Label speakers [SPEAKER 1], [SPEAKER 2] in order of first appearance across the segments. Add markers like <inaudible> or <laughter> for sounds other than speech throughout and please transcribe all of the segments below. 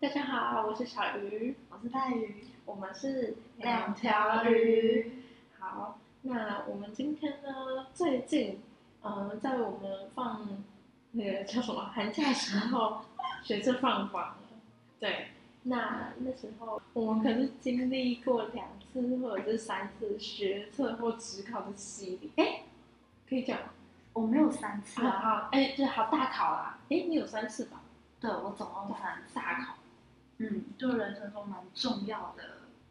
[SPEAKER 1] 大家好，我是小鱼，
[SPEAKER 2] 我是大鱼，
[SPEAKER 1] 我们是两条鱼。好，那我们今天呢，最近，呃，在我们放那个叫什么寒假时候，学着放榜了。对，那那时候我们可是经历过两次或者是三次学测或职考的洗礼。哎，可以讲吗
[SPEAKER 2] 我没有三次
[SPEAKER 1] 啊
[SPEAKER 2] 啊，
[SPEAKER 1] 啊！哎，对，好大考啦！哎，你有三次吧？
[SPEAKER 2] 对我总共三次，啊
[SPEAKER 1] 大考。
[SPEAKER 2] 嗯，对人生中蛮重要的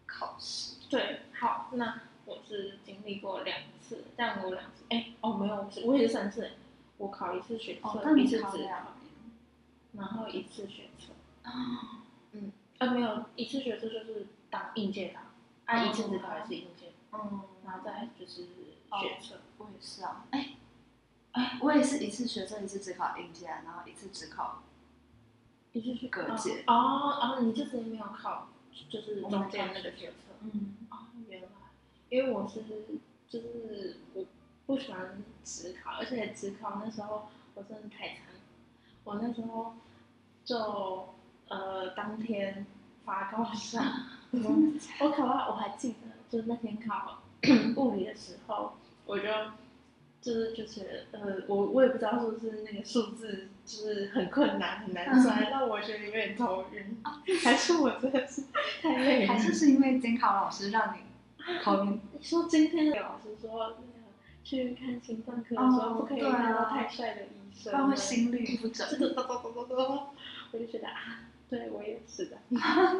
[SPEAKER 2] 考试。
[SPEAKER 1] 对，好，那我是经历过两次，但我两次，哎，哦，没有，我是我也是三次，欸我考一次学测，
[SPEAKER 2] 哦，那
[SPEAKER 1] 一
[SPEAKER 2] 你
[SPEAKER 1] 次
[SPEAKER 2] 考
[SPEAKER 1] 职
[SPEAKER 2] 两
[SPEAKER 1] 考，
[SPEAKER 2] 年
[SPEAKER 1] 然后一次学测，
[SPEAKER 2] 啊？
[SPEAKER 1] 啊，没有，一次学测就是当应届考，啊，一次职考也是应届，
[SPEAKER 2] 嗯，
[SPEAKER 1] 然后再就是
[SPEAKER 2] 哦
[SPEAKER 1] 学测，
[SPEAKER 2] 我也是啊，哎、哎，我也是一次学测，一次只考应届，然后一次只考，
[SPEAKER 1] 一次学
[SPEAKER 2] 各界
[SPEAKER 1] 哦，哦，你就直接没有考，就是
[SPEAKER 2] 我没
[SPEAKER 1] 中间
[SPEAKER 2] 考
[SPEAKER 1] 那个学测，
[SPEAKER 2] 嗯，
[SPEAKER 1] 哦，原来，因为我是就是我不喜欢职考，而且职考那时候我真的太惨，我那时候就呃当天发高烧，我考到我还记得，就是那天考物理的时候，我就。就是就是呃，我我也不知道是不是那个数字就是很困难很难算，让我觉得有点头晕，还是我真的是太累了，
[SPEAKER 2] 还是是因为监考老师让你考 <laughs> 研，
[SPEAKER 1] 你说今天的老师说，那个去看心脏科的时候，
[SPEAKER 2] 哦
[SPEAKER 1] 不可以
[SPEAKER 2] 对啊
[SPEAKER 1] 看到太帅的医
[SPEAKER 2] 不
[SPEAKER 1] 生，
[SPEAKER 2] 然
[SPEAKER 1] <laughs>
[SPEAKER 2] 会心律不整
[SPEAKER 1] 这。个咚咚咚咚咚咚，我就觉得啊，对我也是的。 <laughs>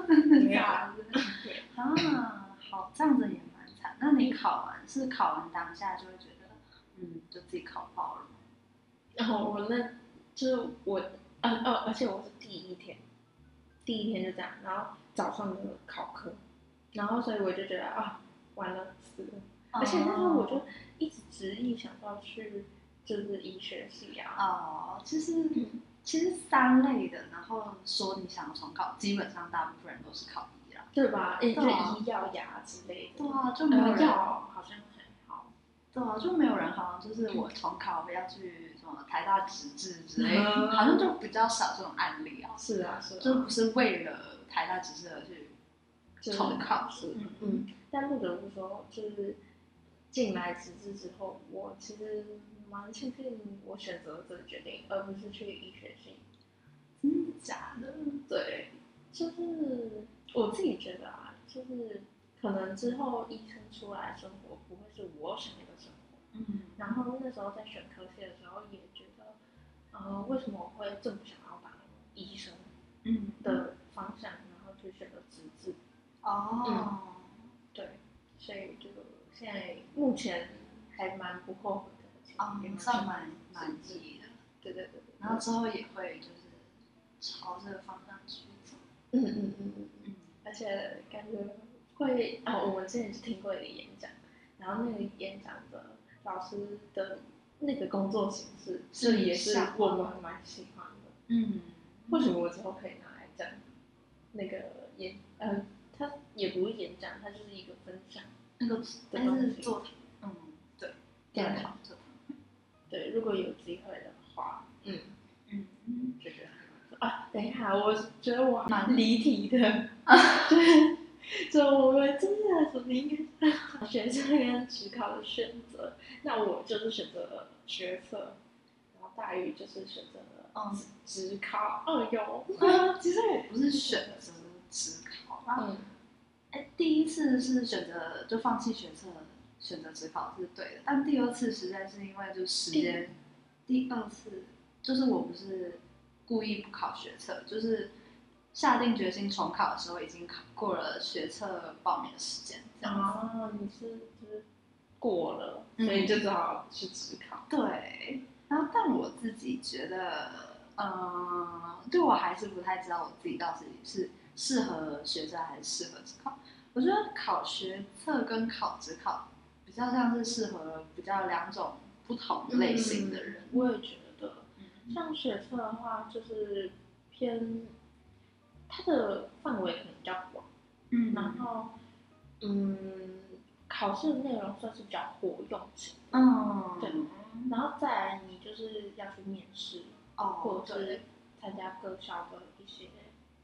[SPEAKER 2] 真
[SPEAKER 1] 没
[SPEAKER 2] 的
[SPEAKER 1] 有
[SPEAKER 2] 假的？啊，好，这样子也蛮惨。那你考完是考完当下就会觉得，嗯，就自己考爆了。
[SPEAKER 1] 然后我那，就是我，呃呃，而且我是第一天，第一天就这样，然后早上就考科，然后所以我就觉得啊，完了死了。而且那时候我
[SPEAKER 2] 哦
[SPEAKER 1] 就一直执意想要去，就是医学系啊，
[SPEAKER 2] 哦，其实其实三类的，然后说你想要重考，基本上大部分人都是考一啦。
[SPEAKER 1] 对吧？也就
[SPEAKER 2] 对啊
[SPEAKER 1] 医药牙之类的。
[SPEAKER 2] 对啊，就没有
[SPEAKER 1] 呃，
[SPEAKER 2] 人，
[SPEAKER 1] 药好像还好。
[SPEAKER 2] 对啊，就没有人好像就是我重考要去什么台大职志之类，
[SPEAKER 1] 嗯
[SPEAKER 2] 好像就比较少这种案例啊，
[SPEAKER 1] 是啊，是啊，
[SPEAKER 2] 就不是为了台大职志而去
[SPEAKER 1] 就是
[SPEAKER 2] 重考。
[SPEAKER 1] 是
[SPEAKER 2] 嗯
[SPEAKER 1] 嗯，但不得不说，就是进来职志之后，我其实蛮庆幸我选择了这个决定，而不是去医学系。
[SPEAKER 2] 真的假的？
[SPEAKER 1] 对，就是我自己觉得啊，就是可能之后医生出来生活不会是我想要的生活，
[SPEAKER 2] 嗯，
[SPEAKER 1] 然后那时候在选科系的时候也觉得，呃，为什么我会这么想要把医生
[SPEAKER 2] 嗯
[SPEAKER 1] 的方向，然后去选择职志？
[SPEAKER 2] 哦，
[SPEAKER 1] 对，所以就现在目前还蛮不后悔的，其实
[SPEAKER 2] 啊、
[SPEAKER 1] 也
[SPEAKER 2] 嗯，
[SPEAKER 1] 蛮
[SPEAKER 2] 算
[SPEAKER 1] 想
[SPEAKER 2] 蛮
[SPEAKER 1] 蛮
[SPEAKER 2] 满意的。
[SPEAKER 1] 对对对对，
[SPEAKER 2] 然后之后也会就是朝这个方向去走。
[SPEAKER 1] 嗯嗯嗯嗯，
[SPEAKER 2] 嗯，
[SPEAKER 1] 而且感觉会啊，我们之前是听过一个演讲，然后那个演讲的老师的那个工作形式，
[SPEAKER 2] 是
[SPEAKER 1] 这也是
[SPEAKER 2] 像
[SPEAKER 1] 我们还蛮喜欢的。
[SPEAKER 2] 嗯，
[SPEAKER 1] 或许我之后可以拿来讲那个演，呃，他也不是演讲，他就是一个分享。
[SPEAKER 2] 那个
[SPEAKER 1] 的
[SPEAKER 2] 但是
[SPEAKER 1] 东西
[SPEAKER 2] 做堂，嗯，对，
[SPEAKER 1] 对
[SPEAKER 2] 电堂做堂，
[SPEAKER 1] 对，如果有机会的话，嗯，
[SPEAKER 2] 嗯嗯，
[SPEAKER 1] 就觉得还蛮不错啊。等一下，我觉得我蛮离题的， <laughs> 对，就我们真正的主题应该是学测跟职考的选择。那我就是选择了学测，然后大宇就是选择了
[SPEAKER 2] 嗯
[SPEAKER 1] 职考。哦 <laughs> 哟，
[SPEAKER 2] 其实我不是选择职考，然后
[SPEAKER 1] <laughs> 嗯，
[SPEAKER 2] 哎，第一次是选择就放弃学测，选择职考是对的，但第二次实在是因为就时间，第二次就是我不是故意不考学测，就是下定决心重考的时候已经考过了学测报名的时间，这样子。
[SPEAKER 1] 哦，你是就是过了，
[SPEAKER 2] 嗯
[SPEAKER 1] 所以就只好去职考。
[SPEAKER 2] 对，然后但我自己觉得，嗯，对我还是不太知道我自己到底是适合学测还是适合职考。我觉得考学测跟考职考比较像是适合比较两种不同类型的人。
[SPEAKER 1] 我也觉得，
[SPEAKER 2] 嗯
[SPEAKER 1] 像学测的话，就是偏它的范围可能比较广，
[SPEAKER 2] 嗯
[SPEAKER 1] 然后嗯，考试的内容算是比较活用型，
[SPEAKER 2] 嗯，
[SPEAKER 1] 对然后再来你就是要去面试，
[SPEAKER 2] 哦，
[SPEAKER 1] 或者
[SPEAKER 2] 对
[SPEAKER 1] 是参加各校的一些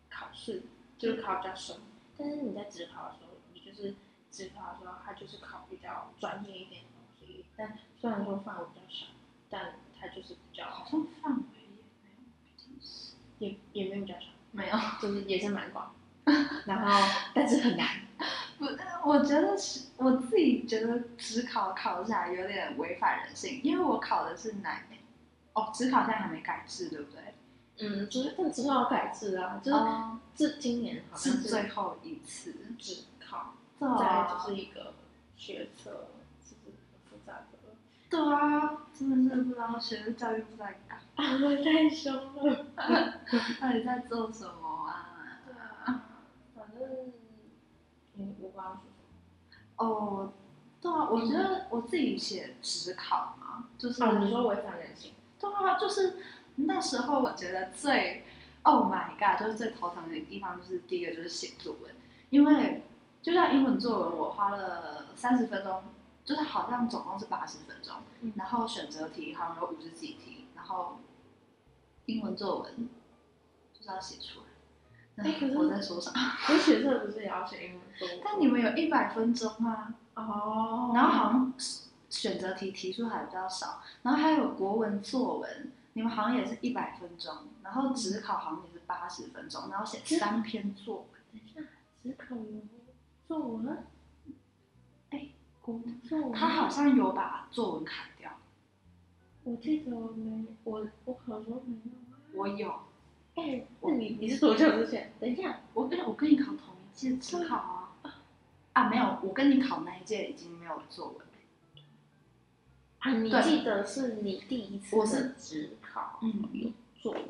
[SPEAKER 1] 考试，就是考比较深。但是你在职考的时候，你就是职考的时候，它就是考比较专业一点的东西。但虽然说范围比较小，但它就是比较
[SPEAKER 2] 好像范围也没有比较小，
[SPEAKER 1] 也也没有比较小，
[SPEAKER 2] 没有。
[SPEAKER 1] 就是也是蛮广。 <laughs> 然后，但是很难。
[SPEAKER 2] 不，我觉得是我自己觉得职考考起来有点违反人性，因为我考的是哪一？哦，职考现在还没改制，对不对？
[SPEAKER 1] 嗯，就是但职考改制啊，就是
[SPEAKER 2] 哦
[SPEAKER 1] 这今年好像
[SPEAKER 2] 是
[SPEAKER 1] 是
[SPEAKER 2] 最后一次，
[SPEAKER 1] 职考，
[SPEAKER 2] 对
[SPEAKER 1] 再来
[SPEAKER 2] 啊，
[SPEAKER 1] 就是一个学测，就是很复杂的。
[SPEAKER 2] 对啊，真的是不知道学生教育部在搞，
[SPEAKER 1] 啊，太凶了。
[SPEAKER 2] 到底在做什么啊？
[SPEAKER 1] 对啊，反正嗯，我不知道说什么。
[SPEAKER 2] 哦，对啊，我觉得我自己写职考嘛，就是、
[SPEAKER 1] 哦，你说违反人性？
[SPEAKER 2] 对啊，就是那时候我觉得最，Oh my god，就是最头疼的地方就是第一个就是写作文，因为就像英文作文，我花了三十分钟，就是好像总共是八十分钟，
[SPEAKER 1] 嗯
[SPEAKER 2] 然后选择题好像有五十几题，然后英文作文就是要写出来。
[SPEAKER 1] 哎可是
[SPEAKER 2] 我在说啥？
[SPEAKER 1] 我写这不是也要写英文作文？
[SPEAKER 2] 但你们有一百分钟啊，
[SPEAKER 1] 哦，
[SPEAKER 2] 然后好像选择题题数还比较少，然后还有国文作文，你们好像也是一百分钟，然后职考好像也是八十分钟，然后写三篇作文。
[SPEAKER 1] 等一下，只考有作文，哎
[SPEAKER 2] 国文
[SPEAKER 1] 作文
[SPEAKER 2] 他好像有把作文砍掉，
[SPEAKER 1] 我记得我没，我我考时候没有啊。
[SPEAKER 2] 我有，
[SPEAKER 1] 哎、那你你是多久之前？等一下，
[SPEAKER 2] 我跟我跟你考同一届职考啊，啊没有，我跟你考那一届已经没有作文了，
[SPEAKER 1] 啊，你
[SPEAKER 2] 对
[SPEAKER 1] 记得是你第一次
[SPEAKER 2] 我是
[SPEAKER 1] 的职考
[SPEAKER 2] 嗯，
[SPEAKER 1] 有作文，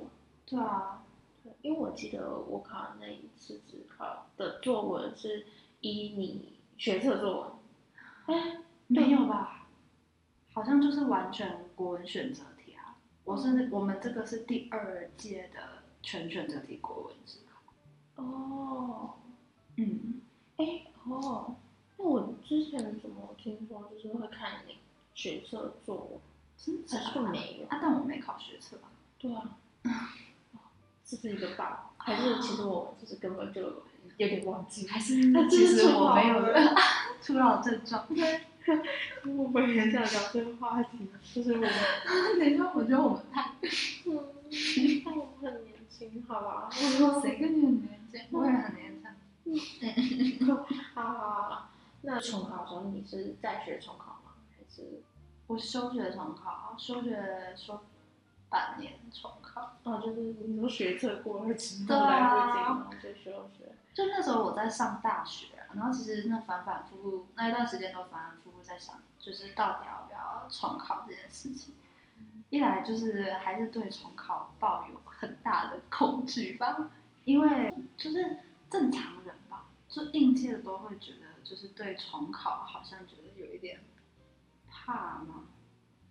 [SPEAKER 2] 对啊，
[SPEAKER 1] 对因为我记得我考的那一次职考的作文是依你学测作文，哎、
[SPEAKER 2] 没有吧？好像就是完全国文选择题啊，我是我们这个是第二届的全选择题国文职考。
[SPEAKER 1] 哦，
[SPEAKER 2] 嗯，
[SPEAKER 1] 哎、哦，那我之前怎么听说就是会看你学测作文，
[SPEAKER 2] 真
[SPEAKER 1] 还
[SPEAKER 2] 假
[SPEAKER 1] 是
[SPEAKER 2] 啊？
[SPEAKER 1] 没有？
[SPEAKER 2] 啊，但我没考学测啊。
[SPEAKER 1] 对啊，这是一个 bug，还是其实我就是根本就有点忘记，
[SPEAKER 2] <laughs> 还是
[SPEAKER 1] 那
[SPEAKER 2] 其
[SPEAKER 1] 真是
[SPEAKER 2] 实我
[SPEAKER 1] 错
[SPEAKER 2] 没有
[SPEAKER 1] 了
[SPEAKER 2] <laughs> 初老症状。
[SPEAKER 1] <laughs> 我们也想聊这个话题，就是我 <laughs> 们，
[SPEAKER 2] <laughs> 等一下，我觉得我们太
[SPEAKER 1] 嗯，但我们很年轻，好吧？
[SPEAKER 2] 谁跟你很年轻？我也很年轻。
[SPEAKER 1] 好好好好，那重考的时候你是在学重考吗？还是
[SPEAKER 2] 我休学重考，休学说半年重考。
[SPEAKER 1] 哦，就是你说学测过了之
[SPEAKER 2] 对
[SPEAKER 1] 后来
[SPEAKER 2] 啊
[SPEAKER 1] 不及，然后就休学。
[SPEAKER 2] 就那时候我在上大学啊、然后其实那反反复复那一段时间都反反复复在想，就是到底要不要重考这件事情。
[SPEAKER 1] 嗯
[SPEAKER 2] 一来就是还是对重考抱有很大的恐惧吧，因为就是正常人吧，就应届都会觉得就是对重考好像觉得有一点怕吗？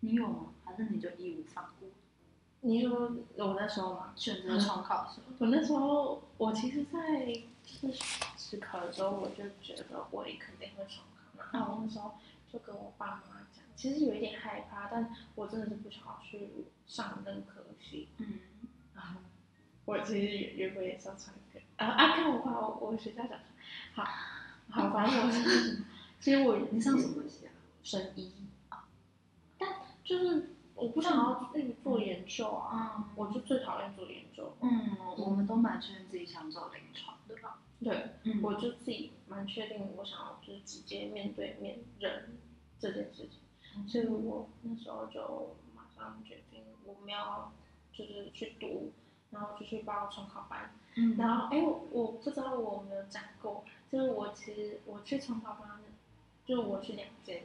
[SPEAKER 2] 你有吗？还是你就义无反顾
[SPEAKER 1] 你说我那时候吗？<laughs>
[SPEAKER 2] 选择重考的时候？
[SPEAKER 1] 我那时候，我其实，在就是思考的时候，我就觉得我也肯定会重考嘛。然后我那时候就跟我爸妈讲，其实有一点害怕，但我真的是不想要去上那个科系。
[SPEAKER 2] 嗯，
[SPEAKER 1] 然后我其实原原本也想上一个，啊啊，看我把我我学校讲，好，好，反正我是，其实我
[SPEAKER 2] 你上什么系啊？
[SPEAKER 1] 神医，但就是我不想要去做研究啊，
[SPEAKER 2] 嗯
[SPEAKER 1] 我就最讨厌做研究。
[SPEAKER 2] 嗯，我们都蛮确认自己想走临床的吧？
[SPEAKER 1] 对，
[SPEAKER 2] 嗯
[SPEAKER 1] 我就自己蛮确定，我想要就是直接面对面人这件事情，所以我那时候就马上决定我们要就是去读，然后就去报重考班。
[SPEAKER 2] 嗯
[SPEAKER 1] 然后哎、我我不知道我有没有讲过，就是我其实我去重考班，就是我去两间，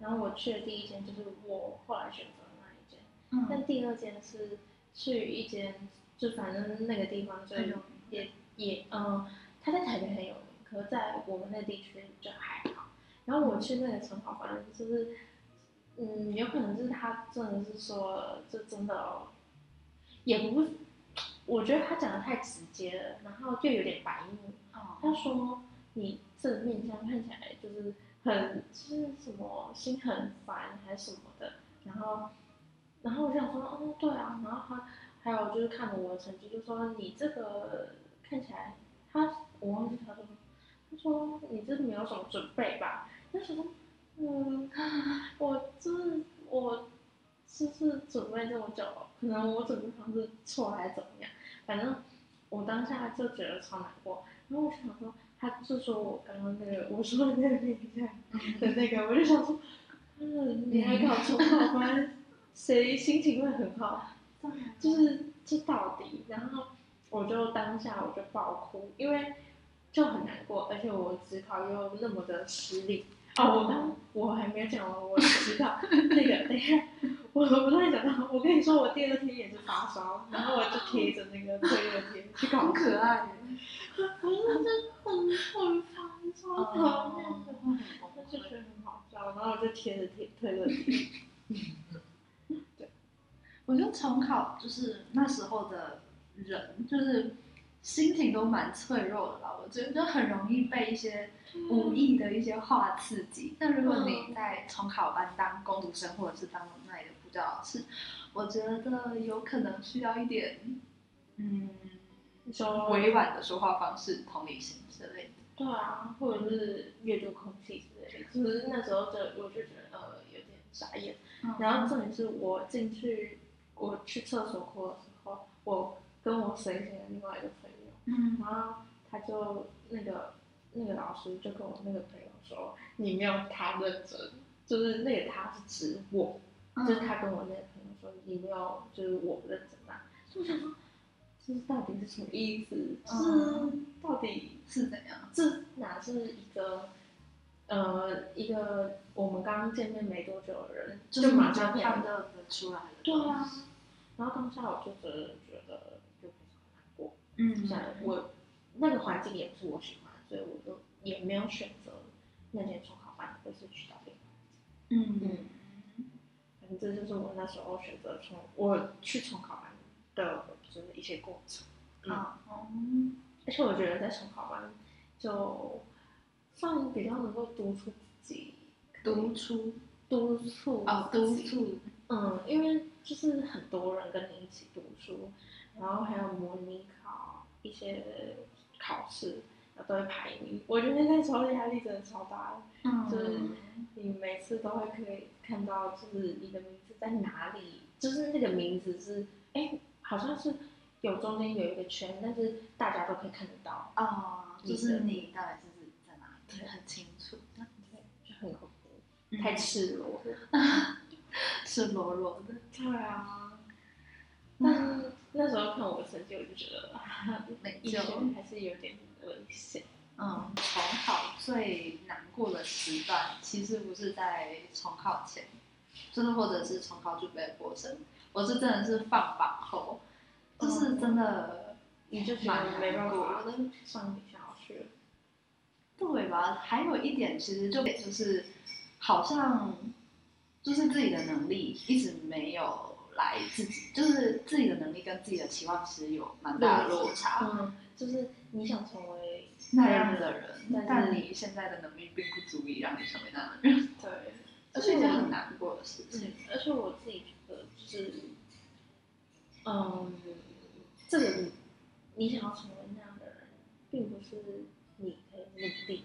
[SPEAKER 1] 然后我去的第一间就是我后来选择的那一间，
[SPEAKER 2] 嗯
[SPEAKER 1] 但第二间是去一间，就反正那个地方就
[SPEAKER 2] 很有
[SPEAKER 1] 也也嗯，他在台北很有名，可是在我们那地区就还好。然后我去那个城堡，反正就是，嗯，有可能是他真的是说，就真的、哦，也不是，我觉得他讲的太直接了，然后就有点白目。他
[SPEAKER 2] 哦，
[SPEAKER 1] 说你这个面相看起来就是很就是什么心很烦还是什么的，然后然后我就想说，哦对啊，然后他还有就是看了我的成绩，就说你这个看起来他我忘记他说什么，他说你这没有什么准备吧？那时候嗯， <laughs> 我就是我就是准备这么久，可能我准备方式错了还是怎么样，反正我当下就觉得超难过。然后我想说，他就说我刚刚那个我说的那个那个的那个，我就想说，嗯，你还搞重考班，谁心情会很好？就是这到底，然后我就当下我就爆哭，因为就很难过，而且我职考又那么的失利。哦，我刚我还没有讲完，我职考那个那个，我我突然想到，我跟你说，我第二天也是发烧，然后我就贴着那个退热贴去搞
[SPEAKER 2] 嗯很
[SPEAKER 1] 试
[SPEAKER 2] 可爱耶，
[SPEAKER 1] <laughs> 不是，真很很烦，超讨厌的。哦那就觉得很好笑，然后我就贴着贴推着贴。
[SPEAKER 2] 我觉得重考就是那时候的人，就是心情都蛮脆弱的吧。我觉得就很容易被一些无意的一些话刺激。但如果你在重考班当工读生，或者是当那里的辅导老师，我觉得有可能需要一点，嗯，
[SPEAKER 1] 你说
[SPEAKER 2] 委婉的说话方式、同理心之类的。
[SPEAKER 1] 对啊，或者是阅读空气之类的，就是那时候就我就觉得呃有点傻眼。
[SPEAKER 2] 嗯
[SPEAKER 1] 然后重点是我进去我去厕所哭的时候，我跟我随行的另外一个朋友，
[SPEAKER 2] 嗯，
[SPEAKER 1] 然后他就那个那个老师就跟我那个朋友说，你没有他认真，就是那个他是指我，就是他跟我那个朋友说，你没有，就是我认真啊。就我想说，就是到底是什么意思？就是到底
[SPEAKER 2] 是怎样？
[SPEAKER 1] 这哪是一个呃一个我们刚见面没多久的人，
[SPEAKER 2] 就是
[SPEAKER 1] 马
[SPEAKER 2] 马
[SPEAKER 1] 上
[SPEAKER 2] 上
[SPEAKER 1] 变
[SPEAKER 2] 看
[SPEAKER 1] 成
[SPEAKER 2] 得出来的。
[SPEAKER 1] 对啊。然后当下我就真的觉得就非常难过，就
[SPEAKER 2] 嗯
[SPEAKER 1] 想我那个环境也不是我喜欢，所以我就也没有选择那间重考班，或是去到别的。
[SPEAKER 2] 嗯
[SPEAKER 1] 反正这就是我那时候选择从我去重考班的，就是一些过程。嗯
[SPEAKER 2] 啊嗯。
[SPEAKER 1] 而且我觉得在重考班就算比较能够督促自己，
[SPEAKER 2] 独出
[SPEAKER 1] 督促
[SPEAKER 2] 哦，
[SPEAKER 1] 自
[SPEAKER 2] 督
[SPEAKER 1] 己
[SPEAKER 2] 促，
[SPEAKER 1] 嗯，因为就是很多人跟你一起读书，然后还有模拟考一些考试，然后都会排你。我觉得那时候压力真的超大的，
[SPEAKER 2] 嗯
[SPEAKER 1] 就是你每次都会可以看到，就是你的名字在哪里，就是那个名字是，哎、好像是有中间有一个圈，但是大家都可以看得到，
[SPEAKER 2] 哦，就是你到底是在哪里，
[SPEAKER 1] 对
[SPEAKER 2] 很清楚，
[SPEAKER 1] 对，就很恐怖，
[SPEAKER 2] 嗯
[SPEAKER 1] 太赤裸了。
[SPEAKER 2] 赤裸裸的，
[SPEAKER 1] 对啊，但那时候看我成绩，我就觉得啊
[SPEAKER 2] 没
[SPEAKER 1] 医
[SPEAKER 2] 救
[SPEAKER 1] 学。还是有点危险。
[SPEAKER 2] 嗯，重考最难过的时段，其实不是在重考前，就是或者是重考准备的过程，我是真的是放榜后，就是真的
[SPEAKER 1] 你就觉得没办法上你想要去的，
[SPEAKER 2] 对吧？还有一点，其实就就是好像就是自己的能力一直没有来自己，就是自己的能力跟自己的期望其实有蛮大的落差。
[SPEAKER 1] 嗯，就是你想成为
[SPEAKER 2] 那样的人，
[SPEAKER 1] 但是
[SPEAKER 2] 但你现在的能力并不足以让你成为那样的人，
[SPEAKER 1] 对，
[SPEAKER 2] 这是一件很难过的事情。
[SPEAKER 1] 嗯，而且我自己觉得就是，嗯，这个你你想要成为那样的人，并不是你可以努力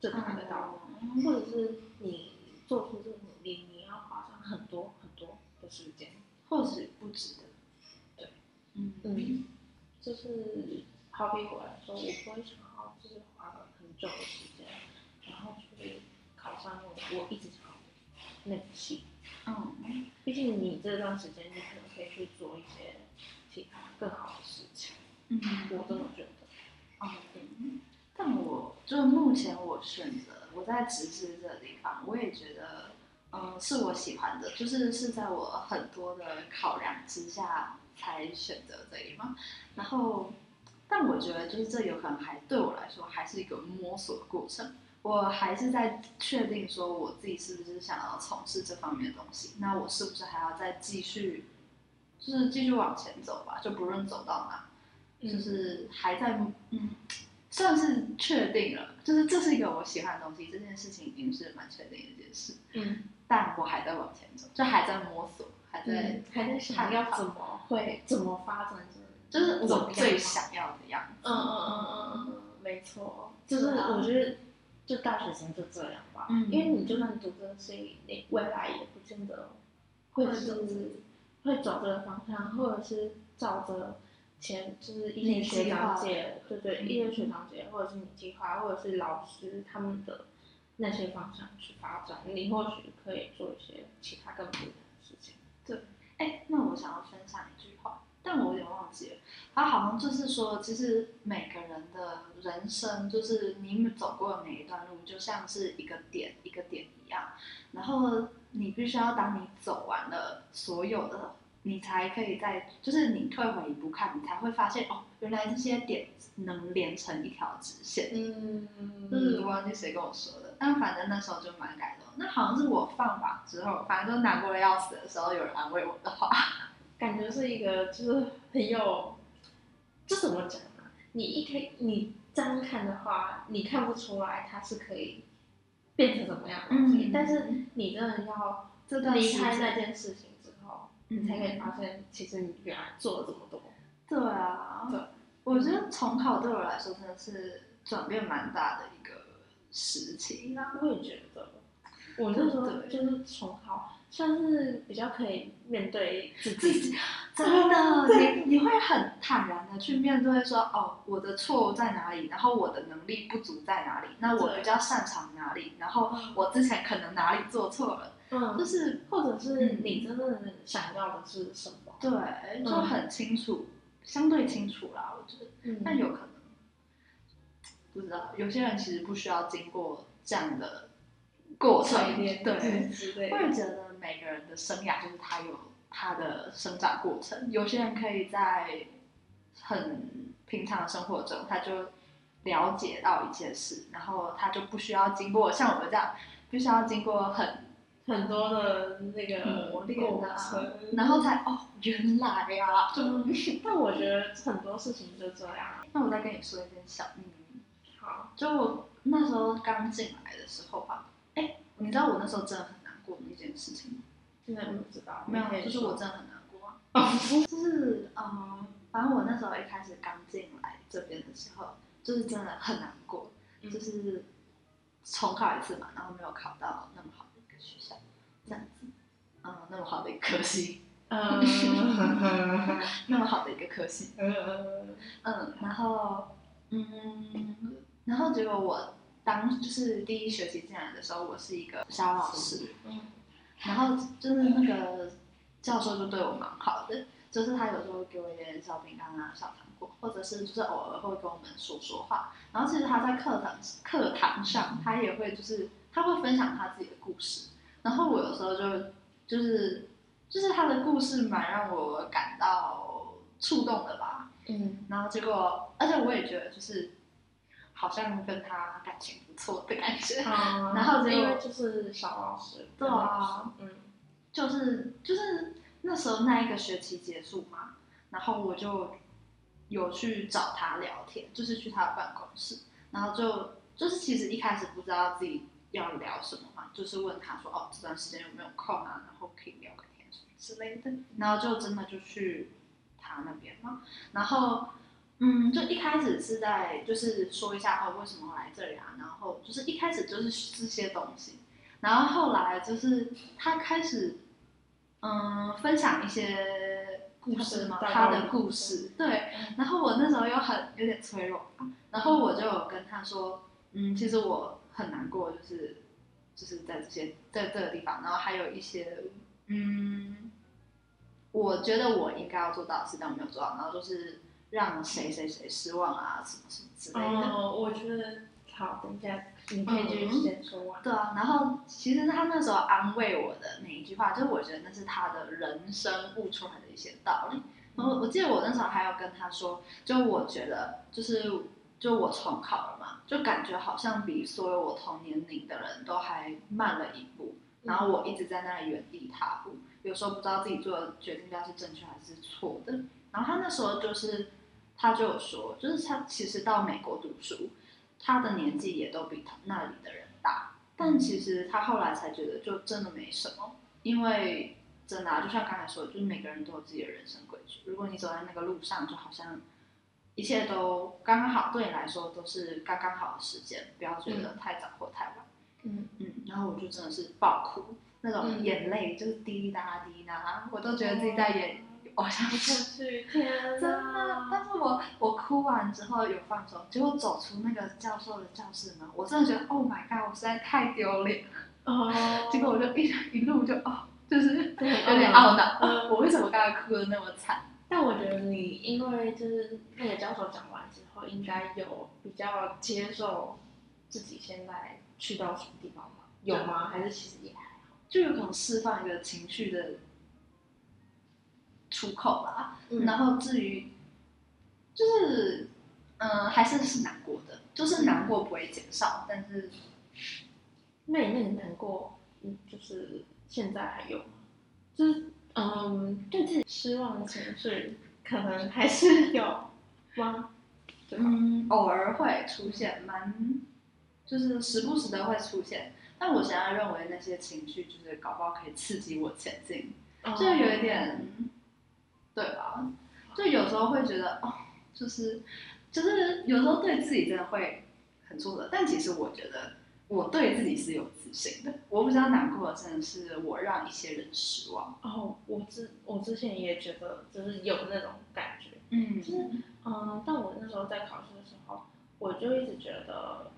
[SPEAKER 1] 就达得到的，
[SPEAKER 2] 嗯
[SPEAKER 1] 或者是你做出这个努力，你要花上很多很多的时间。
[SPEAKER 2] 或许不值得。
[SPEAKER 1] 对，嗯
[SPEAKER 2] 嗯，
[SPEAKER 1] 就是好比我来说，我不会想要就是花了很久的时间，然后去考上我我一直想要的那个系。
[SPEAKER 2] 嗯，
[SPEAKER 1] 毕竟你这段时间，你可能可以去做一些其他更好的事情，
[SPEAKER 2] 嗯，
[SPEAKER 1] 我这么觉得。
[SPEAKER 2] 嗯，但我就目前我选择我在直视这个地方，我也觉得，嗯，是我喜欢的，就是是在我很多的考量之下才选择这一方。然后，但我觉得就是这有可能还对我来说还是一个摸索的过程，我还是在确定说我自己是不是想要从事这方面的东西，那我是不是还要再继续，就是继续往前走吧，就不论走到哪。就
[SPEAKER 1] 嗯
[SPEAKER 2] 是还在嗯，算是确定了，就是这是一个我喜欢的东西，这件事情已经是蛮确定的一件事，
[SPEAKER 1] 嗯，
[SPEAKER 2] 但我还在往
[SPEAKER 1] 嗯
[SPEAKER 2] 嗯前走，就还在摸索，还在、
[SPEAKER 1] 还在想要怎么会怎么发展这
[SPEAKER 2] 就是
[SPEAKER 1] 怎么
[SPEAKER 2] 我
[SPEAKER 1] 样
[SPEAKER 2] 最
[SPEAKER 1] 吗
[SPEAKER 2] 想要的样子。
[SPEAKER 1] 嗯嗯嗯嗯嗯，没错，就是
[SPEAKER 2] 是啊
[SPEAKER 1] 我觉得就大学生就这样吧，
[SPEAKER 2] 嗯
[SPEAKER 1] 因为你就算读这个系，你未来也不见得会
[SPEAKER 2] 会
[SPEAKER 1] 是
[SPEAKER 2] 走
[SPEAKER 1] 会走这个方向，或者是照着前就是一些
[SPEAKER 2] 你
[SPEAKER 1] 学
[SPEAKER 2] 计划
[SPEAKER 1] 长
[SPEAKER 2] 的
[SPEAKER 1] 姐，对对，
[SPEAKER 2] 嗯
[SPEAKER 1] 一些学长姐，或者是你计划，或者是老师他们的那些方向去发展，你或许可以做一些其他更不一样的事情。
[SPEAKER 2] 哎、那我想要分享一句话，但我有点忘记了。它好像就是说，其实每个人的人生，就是你走过的每一段路，就像是一个点一个点一样。然后你必须要当你走完了所有的，你才可以在，就是你退回一步看，你才会发现哦，原来这些点能连成一条直线。
[SPEAKER 1] 嗯
[SPEAKER 2] 嗯，我忘记谁跟我说的，但反正那时候就蛮感动。那好像是我犯法之后，反正就难过的要死的时候，有人安慰我的话。
[SPEAKER 1] 感觉是一个就是很有，这怎么讲啊？你一开你这样看的话，你看不出来它是可以变成怎么样的东西，
[SPEAKER 2] 嗯
[SPEAKER 1] 但是你真的要
[SPEAKER 2] 这段
[SPEAKER 1] 离开
[SPEAKER 2] 时
[SPEAKER 1] 那
[SPEAKER 2] 间
[SPEAKER 1] 件事情之后，
[SPEAKER 2] 嗯
[SPEAKER 1] 你才可以发现其实你原来做了这么多。
[SPEAKER 2] <laughs> 对啊，
[SPEAKER 1] 对，
[SPEAKER 2] 我觉得重考对我来说真的是转变蛮大的一个啊时期。 <laughs>
[SPEAKER 1] 那我也觉得，我那时候
[SPEAKER 2] 对
[SPEAKER 1] 就是重考，算是比较可以面对自
[SPEAKER 2] 自
[SPEAKER 1] 己。
[SPEAKER 2] 己真的，你你会很坦然的去面对说，哦，我的错误在哪里，然后我的能力不足在哪里，那我
[SPEAKER 1] 对
[SPEAKER 2] 比较擅长哪里，然后我之前可能哪里做错了，
[SPEAKER 1] 嗯，
[SPEAKER 2] 就
[SPEAKER 1] 就是
[SPEAKER 2] 是
[SPEAKER 1] 或者是
[SPEAKER 2] 嗯
[SPEAKER 1] 你真正想要的是什么？
[SPEAKER 2] 对，就很清楚，相对清楚啦，我觉得。
[SPEAKER 1] 嗯
[SPEAKER 2] 但有可能不知道，有些人其实不需要经过这样的过程，对，
[SPEAKER 1] 之类
[SPEAKER 2] 我也觉得每个人的生涯就是他有他的生长过程，有些人可以在很平常的生活中，他就了解到一些事，然后他就不需要经过像我们这样，不需要经过很
[SPEAKER 1] 很多的那个
[SPEAKER 2] 磨练
[SPEAKER 1] 嗯过
[SPEAKER 2] 啊
[SPEAKER 1] 程，
[SPEAKER 2] 然后才哦，原来
[SPEAKER 1] <laughs>
[SPEAKER 2] 啊呀、
[SPEAKER 1] 嗯，但我觉得很多事情就这样。
[SPEAKER 2] 那我再跟你说一件小秘密。
[SPEAKER 1] 好，
[SPEAKER 2] 就我那时候刚进来的时候吧，哎，你知道我那时候真的很难过的一件事情吗？
[SPEAKER 1] 现在不知道，
[SPEAKER 2] 没
[SPEAKER 1] 你可
[SPEAKER 2] 有，
[SPEAKER 1] 以
[SPEAKER 2] 就是
[SPEAKER 1] 说哦
[SPEAKER 2] 我真的很难过啊。 <laughs> 就是嗯，反正我那时候一开始刚进来这边的时候，就是真的很难过，
[SPEAKER 1] 嗯
[SPEAKER 2] 就是重考一次嘛，然后没有考到那么好的一个学校，这样子，嗯，那么好的一个科系， <laughs>
[SPEAKER 1] 嗯
[SPEAKER 2] 那么好的一个科系，
[SPEAKER 1] 嗯
[SPEAKER 2] 嗯，然后嗯，然后结果我当就是第一学期进来的时候，我是一个小老师，
[SPEAKER 1] 嗯
[SPEAKER 2] 然后就是那个教授就对我蛮好的，就是他有时候给我一点小饼干啊、小糖果，或者是就是偶尔会跟我们说说话。然后其实他在课堂课堂上，他也会就是他会分享他自己的故事，然后我有时候就就是就是他的故事蛮让我感到触动的吧。
[SPEAKER 1] 嗯，
[SPEAKER 2] 然后结果，而且我也觉得就是好像跟他感情不错的感觉， <laughs>
[SPEAKER 1] 然
[SPEAKER 2] 后结
[SPEAKER 1] 因
[SPEAKER 2] 果
[SPEAKER 1] 为就是小老师，
[SPEAKER 2] 对啊，
[SPEAKER 1] 嗯
[SPEAKER 2] 就是就是那时候那一个学期结束嘛，然后我就有去找他聊天，就是去他的办公室，然后就就是其实一开始不知道自己要聊什么嘛，就是问他说哦这段时间有没有空啊，然后可以聊个天什么之类的，然后就真的就去他那边嘛，然后。嗯，就一开始是在就是说一下哦，为什么我来这里啊？然后就是一开始就是这些东西，然后后来就是他开始，嗯，分享一些故事嘛，
[SPEAKER 1] 他的
[SPEAKER 2] 他的故事，对
[SPEAKER 1] 嗯。
[SPEAKER 2] 然后我那时候又很有点脆弱，然后我就有跟他说，嗯，其实我很难过，就是就是在这些在这个地方，然后还有一些，嗯，我觉得我应该要做到的事，但我没有做到，然后就是让谁谁谁失望啊，什么什么之类的。
[SPEAKER 1] 哦，我觉得好，等一下你可以继续先说完。
[SPEAKER 2] 对啊，然后其实他那时候安慰我的每一句话，就是我觉得那是他的人生悟出来的一些道理。然后我记得我那时候还有跟他说，就我觉得就是就我重考了嘛，就感觉好像比所有我同年龄的人都还慢了一步，
[SPEAKER 1] 嗯
[SPEAKER 2] 然后我一直在那里原地踏步，有时候不知道自己做的决定到底是正确还是错的。然后他那时候就是他就有说，就是他其实到美国读书，他的年纪也都比他那里的人大，但其实他后来才觉得就真的没什么，因为真的、啊，就像刚才说的，就是每个人都有自己的人生轨迹。如果你走在那个路上，就好像一切都刚刚好，对你来说都是刚刚好的时间，不要觉得太早或太晚。
[SPEAKER 1] 嗯，
[SPEAKER 2] 嗯，然后我就真的是爆哭，那种
[SPEAKER 1] 嗯哦
[SPEAKER 2] 眼泪就是滴滴答答滴滴答答，我都觉得自己在演偶像
[SPEAKER 1] 不
[SPEAKER 2] 剧。
[SPEAKER 1] 过去，天
[SPEAKER 2] 真的，但
[SPEAKER 1] 哪！
[SPEAKER 2] 是我我哭完之后有放松，结果走出那个教授的教室门，我真的觉得 Oh my god，我实在太丢脸。
[SPEAKER 1] 哦，
[SPEAKER 2] <laughs> 结果我就一一路就哦，就是
[SPEAKER 1] 对
[SPEAKER 2] 有点懊恼，
[SPEAKER 1] 嗯
[SPEAKER 2] 我为什么刚才哭的那么惨？
[SPEAKER 1] 但我觉得你因为就是那个教授讲完之后，应该有比较接受自己现在去到什么地方吗？有
[SPEAKER 2] 嗯
[SPEAKER 1] 吗？还是其实也还好？
[SPEAKER 2] 就有可能释放一个情绪的出口啦。
[SPEAKER 1] 嗯
[SPEAKER 2] 然后至于就是嗯、呃还是是难过的，就是难过不会减少，但是
[SPEAKER 1] 那你那个难过，嗯，就是现在还有吗？就是嗯，对自己失望的情绪可能还是有吗？对吧？
[SPEAKER 2] 嗯，偶尔会出现，蛮就是时不时的会出现。但我现在认为那些情绪就是搞不好可以刺激我前进，就
[SPEAKER 1] 嗯
[SPEAKER 2] 有一点，对吧？就有时候会觉得哦，就是就是有时候对自己真的会很挫折，但其实我觉得我对自己是有自信的。我比较难过的真的是我让一些人失望，
[SPEAKER 1] 哦，我之我之前也觉得就是有那种感觉，
[SPEAKER 2] 嗯
[SPEAKER 1] 就是嗯，但我那时候在考试的时候，我就一直觉得，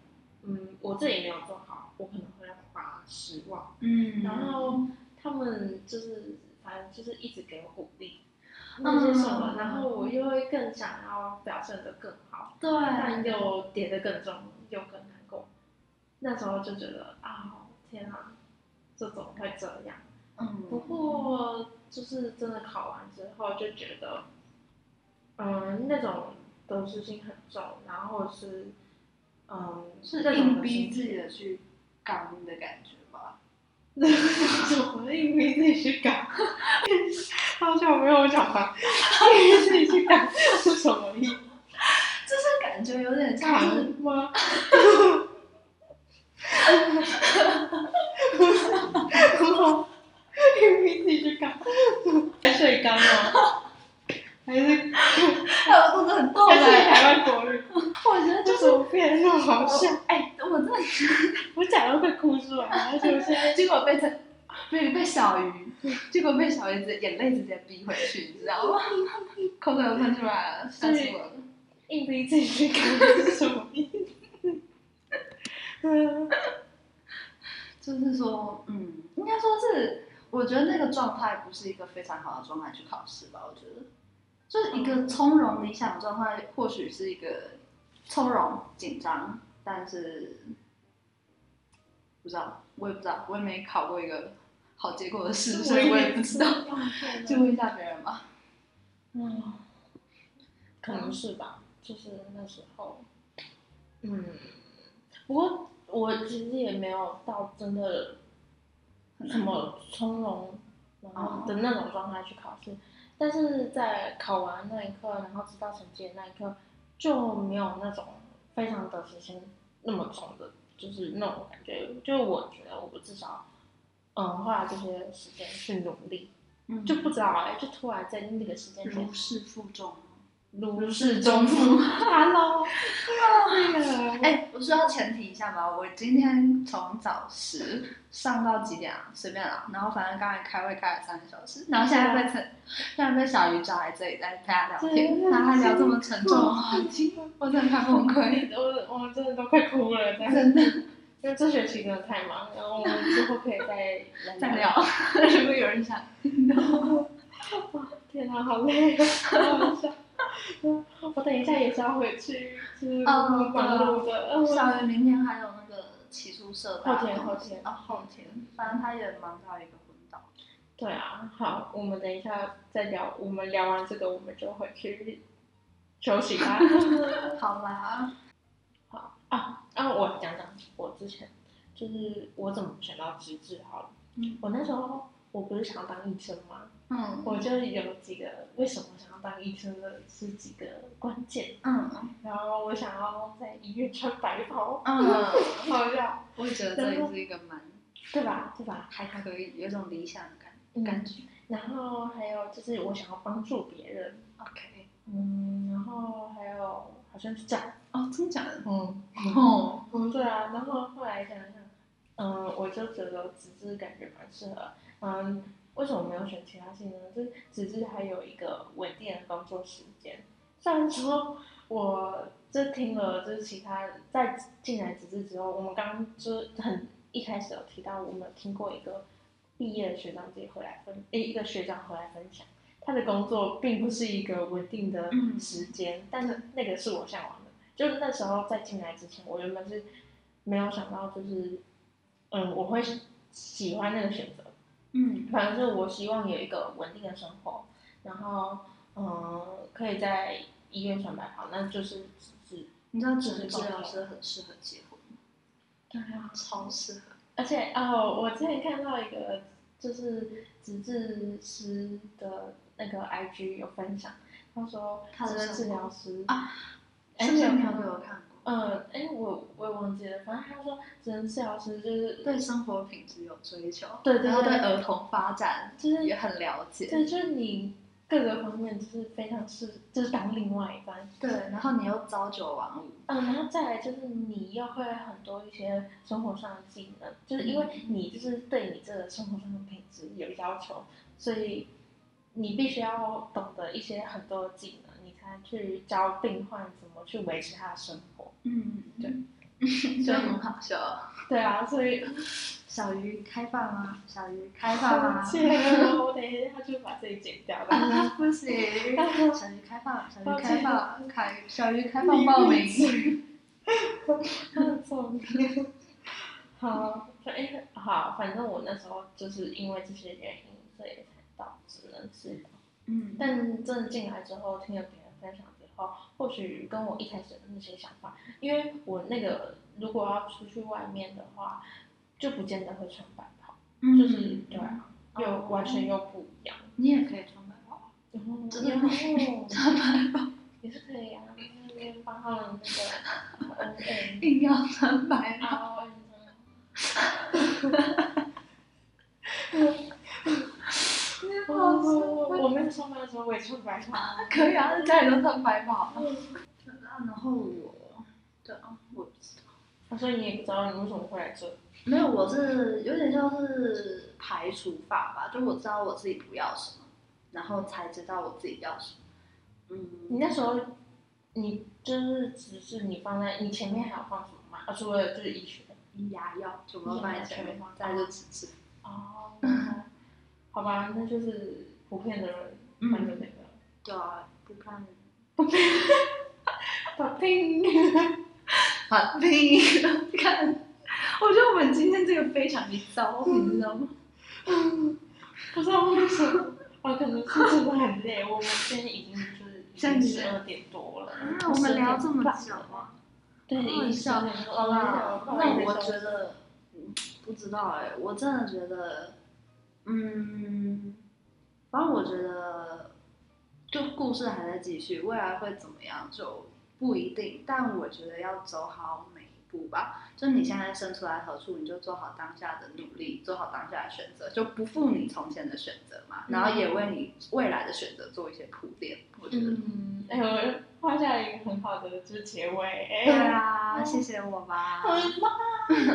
[SPEAKER 1] 嗯，我自己没有做好，我可能会让爸妈失望。
[SPEAKER 2] 嗯
[SPEAKER 1] 然后他们就是反正就是一直给我鼓励，那些什么，
[SPEAKER 2] 嗯
[SPEAKER 1] 然后我又会更想要表现的更好，
[SPEAKER 2] 对，
[SPEAKER 1] 但又跌得更重，又更难过。那时候就觉得啊，天啊，这怎么会这样？
[SPEAKER 2] 嗯，
[SPEAKER 1] 不过就是真的考完之后就觉得，嗯，那种得失心很重，然后是，嗯，
[SPEAKER 2] 是
[SPEAKER 1] 那种
[SPEAKER 2] 硬
[SPEAKER 1] 得
[SPEAKER 2] 逼
[SPEAKER 1] 失
[SPEAKER 2] 自
[SPEAKER 1] 心
[SPEAKER 2] 己的去搞你的感觉吧。
[SPEAKER 1] 怎么 <laughs> 硬逼自己去改？ <laughs> 好久没有讲完，硬逼自己去改是什么意思？
[SPEAKER 2] 就是感觉有点像
[SPEAKER 1] 扛
[SPEAKER 2] 是
[SPEAKER 1] 吗？ <laughs> 硬逼自己去改，还睡干了，还是
[SPEAKER 2] 哎，我真的很逗
[SPEAKER 1] 还是
[SPEAKER 2] 哎，
[SPEAKER 1] 台湾国语？
[SPEAKER 2] 我觉得
[SPEAKER 1] 就
[SPEAKER 2] 就
[SPEAKER 1] 是
[SPEAKER 2] 是
[SPEAKER 1] 我变得那么好笑，
[SPEAKER 2] 哎，我真的觉
[SPEAKER 1] 我讲到快哭出来了，而且我现在
[SPEAKER 2] 得结果被这被被小鱼，结果被小鱼直接眼泪直接逼回去，你知道吗？口水都喷出来了，吓死我了。
[SPEAKER 1] 硬逼自己去看是什么意思？
[SPEAKER 2] <laughs>
[SPEAKER 1] 嗯
[SPEAKER 2] 就是说，嗯，应该说是，我觉得那个状态不是一个非常好的状态去考试吧，我觉得，就是一个从容理想的状态，或许是一个从容紧张，但是不知道，我也不知道，我也没考过一个好结果的试，所以我也不知
[SPEAKER 1] <laughs>
[SPEAKER 2] 道，就问一下别人吧。
[SPEAKER 1] 嗯，可能是吧，就是那时候，嗯，不过我其实也没有到真的什么从容，然后的那种状态去考试，但是在考完那一刻，然后知道成绩的那一刻，就没有那种非常得失心那么重的，就是那种感觉。就我觉得我至少，嗯，花这些时间去努力，
[SPEAKER 2] 嗯
[SPEAKER 1] 就不知道哎、就突然在那个时间点
[SPEAKER 2] 如释负重。
[SPEAKER 1] 如
[SPEAKER 2] 释
[SPEAKER 1] 释重
[SPEAKER 2] 重负
[SPEAKER 1] 负。Hello，那个，
[SPEAKER 2] 哎、我需要前提一下吧。我今天从早十上到几点啊？随便啦。然后反正刚才开会开了三个小时，然后现在被陈，现在被小鱼抓来这里在陪他聊天，
[SPEAKER 1] 对
[SPEAKER 2] 然后他聊这么沉重的话题，我真的快崩溃。
[SPEAKER 1] 我我真的都快哭了，真
[SPEAKER 2] 真
[SPEAKER 1] 的。因为这学期真的太忙，然后我们之后可以再
[SPEAKER 2] 再聊，如果有人想听的话，
[SPEAKER 1] 天啊，好累啊！好好笑我等一下也是要回去，就是
[SPEAKER 2] 哦
[SPEAKER 1] 忙碌的。嗯
[SPEAKER 2] 小鱼明天还有那个起宿舍吧？
[SPEAKER 1] 后天后天
[SPEAKER 2] 哦，后天，反正他也忙到一个昏倒。
[SPEAKER 1] 对啊，好，我们等一下再聊。我们聊完这个，我们就回去休息 <laughs> 吧。
[SPEAKER 2] 好啦，
[SPEAKER 1] 好啊啊！我讲讲我之前，就是我怎么选到职志好了。
[SPEAKER 2] 嗯
[SPEAKER 1] 我那时候我不是想当医生吗？
[SPEAKER 2] 嗯
[SPEAKER 1] 我就有几个为什么想要当医生的是几个关键，
[SPEAKER 2] 嗯
[SPEAKER 1] 然后我想要在医院穿白袍，
[SPEAKER 2] 嗯，
[SPEAKER 1] 好笑，
[SPEAKER 2] 我也觉得这也是一个蛮
[SPEAKER 1] 对吧？对吧？还
[SPEAKER 2] 还可以，有一种理想感
[SPEAKER 1] 嗯
[SPEAKER 2] 感觉。
[SPEAKER 1] 然后还有就是我想要帮助别人，
[SPEAKER 2] OK，
[SPEAKER 1] 嗯，然后还有好像是这样，
[SPEAKER 2] 哦，真的假的？
[SPEAKER 1] 嗯，
[SPEAKER 2] 哦，
[SPEAKER 1] 嗯，对啊，然后后来想想，嗯、我就觉得纸质感觉蛮适合，嗯，为什么没有选其他系呢？就是纸质还有一个稳定的工作时间，虽然说我这听了就是其他在进来纸质之后，我们刚刚就是很一开始有提到，我们有听过一个毕业的学长姐回来分，诶，一个学长回来分享。他的工作并不是一个稳定的
[SPEAKER 2] 嗯
[SPEAKER 1] 时间，但是那个是我向往的。就是那时候在进来之前，我原本是没有想到，就是嗯，我会喜欢那个选择。
[SPEAKER 2] 嗯
[SPEAKER 1] 反正是我希望有一个稳定的生活，然后嗯，可以在医院上班好，那就是是，
[SPEAKER 2] 你知道职能治疗师很适合结婚，
[SPEAKER 1] 对啊，
[SPEAKER 2] 超适合。
[SPEAKER 1] 而且哦，我之前看到一个就是纸质师的那个 IG 有分享，他说
[SPEAKER 2] 他
[SPEAKER 1] 职
[SPEAKER 2] 是
[SPEAKER 1] 能治
[SPEAKER 2] 什么
[SPEAKER 1] 疗师
[SPEAKER 2] 啊，
[SPEAKER 1] 哎
[SPEAKER 2] 是不是
[SPEAKER 1] 你
[SPEAKER 2] 你
[SPEAKER 1] 有
[SPEAKER 2] 有
[SPEAKER 1] 看
[SPEAKER 2] 没
[SPEAKER 1] 过
[SPEAKER 2] 有看过？
[SPEAKER 1] 嗯，哎，我我也忘记了，反正他说职能治疗师就是
[SPEAKER 2] 对生活品质有追求，
[SPEAKER 1] 对对对
[SPEAKER 2] 然后对儿童发展
[SPEAKER 1] 就是
[SPEAKER 2] 也很了解，
[SPEAKER 1] 对，就是你各个方面就是非常是，就是当另外一半。
[SPEAKER 2] 对，然后你又朝九晚五，
[SPEAKER 1] 嗯，然后再来就是你又会很多一些生活上的技能，就是因为你就是对你这个生活上的品质有要求，所以你必须要懂得一些很多技能，你才能去教病患怎么去维持他的生活。
[SPEAKER 2] 嗯，
[SPEAKER 1] 对
[SPEAKER 2] <laughs> 对，所以很好笑。
[SPEAKER 1] 对啊，所以
[SPEAKER 2] 小鱼开放吗？小鱼开放吗？
[SPEAKER 1] 抱歉我等一下就把这里剪掉吧。 <laughs>
[SPEAKER 2] 啊，不行， <laughs> 小鱼开放，小鱼开放，开小鱼开放
[SPEAKER 1] 你
[SPEAKER 2] 报
[SPEAKER 1] 闭嘴
[SPEAKER 2] 名。
[SPEAKER 1] 重点。好，所以好，反正我那时候就是因为这些原因，所以才导致能治疗。
[SPEAKER 2] 嗯，
[SPEAKER 1] 但真的进来之后，听了别人分享之后，或许跟我一开始的那些想法，因为我那个如果要出去外面的话，就不见得会穿白袍，
[SPEAKER 2] 嗯
[SPEAKER 1] 就是对啊，
[SPEAKER 2] 哦
[SPEAKER 1] 又完全又不一样。
[SPEAKER 2] 你也可以穿白袍，
[SPEAKER 1] 然后，
[SPEAKER 2] 真的
[SPEAKER 1] 然
[SPEAKER 2] 吗
[SPEAKER 1] 后
[SPEAKER 2] 穿白袍
[SPEAKER 1] <laughs> 也是可以啊，那边八号的那个 O
[SPEAKER 2] <laughs>
[SPEAKER 1] N
[SPEAKER 2] 硬要穿白袍。
[SPEAKER 1] R O N 的。我
[SPEAKER 2] 好笑
[SPEAKER 1] <laughs> 哦我我们上班的时候我也穿白袍。
[SPEAKER 2] <laughs> 可以啊，在家里都穿白袍。
[SPEAKER 1] 嗯
[SPEAKER 2] 嗯然后我，对啊，我不知道。
[SPEAKER 1] 他说你也不知道你为什么会来这。
[SPEAKER 2] 没有，我是有点像是排除法吧，就我知道我自己不要什么，然后才知道我自己要什
[SPEAKER 1] 你
[SPEAKER 2] 么。嗯，
[SPEAKER 1] 那时候，你就是只是你放在你前面还有放什么吗？啊，除了就是医学。
[SPEAKER 2] 医牙药全部都放在前面，再就只吃。
[SPEAKER 1] 哦。好吧，那就是普遍的人
[SPEAKER 2] 嗯
[SPEAKER 1] 反正那个。
[SPEAKER 2] 对啊，不看 <laughs>
[SPEAKER 1] 把拼。
[SPEAKER 2] 反病看。我觉得我们今天这个非常的糟，你知道吗？
[SPEAKER 1] 不知道为什么，我可能是真的很累。我们现在已经就是已经十二点多了。
[SPEAKER 2] 啊，我们聊这么久啊。
[SPEAKER 1] 对，已经十二点多
[SPEAKER 2] 好啦
[SPEAKER 1] 了。，
[SPEAKER 2] 那我觉得，嗯不知道哎、我真的觉得，嗯，反正我觉得，就故事还在继续，未来会怎么样就不一定，但我觉得要走好每一步吧。就你现在身处在何处，你就做好当下的努力，做好当下的选择，就不负你从前的选择嘛，然后也为你未来的选择做一些铺垫。我觉得，
[SPEAKER 1] 嗯，哎、我画下了一个很好的就是结尾。哎、
[SPEAKER 2] 对啊，谢谢我吧。
[SPEAKER 1] 很棒。 <laughs>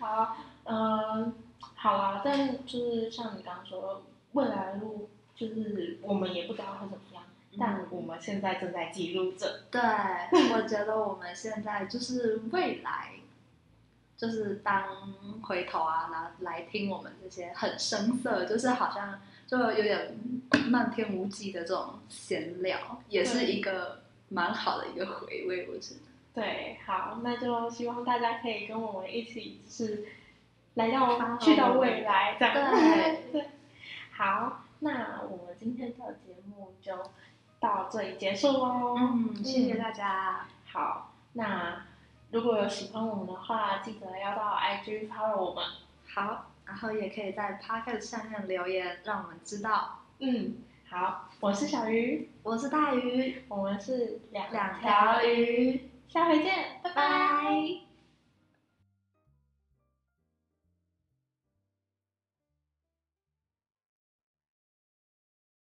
[SPEAKER 1] 好，嗯，好啊，但就是像你刚刚说，未来的路就是我们也不知道会怎么样，但我们现在正在记录着。
[SPEAKER 2] <laughs> 对，我觉得我们现在就是未来，就是当回头啊，然后来听我们这些很生涩，就是好像就有点漫天无际的这种闲聊，也是一个蛮好的一个回味，我觉得。
[SPEAKER 1] 对，好，那就希望大家可以跟我们一起，就是来到
[SPEAKER 2] Follow
[SPEAKER 1] 去到未来这样。
[SPEAKER 2] 对
[SPEAKER 1] 对，好，那我们今天的节目就到这里结束喽。
[SPEAKER 2] 嗯，谢谢大家。
[SPEAKER 1] 好，那如果有喜欢我们的话，记得要到 IG follow 我们。
[SPEAKER 2] 好，然后也可以在 Podcast 下面留言，让我们知道。
[SPEAKER 1] 嗯，好，我是小鱼，
[SPEAKER 2] 我是大鱼，
[SPEAKER 1] 我们是两
[SPEAKER 2] 两条，鱼，
[SPEAKER 1] 下回见，拜
[SPEAKER 2] 拜拜。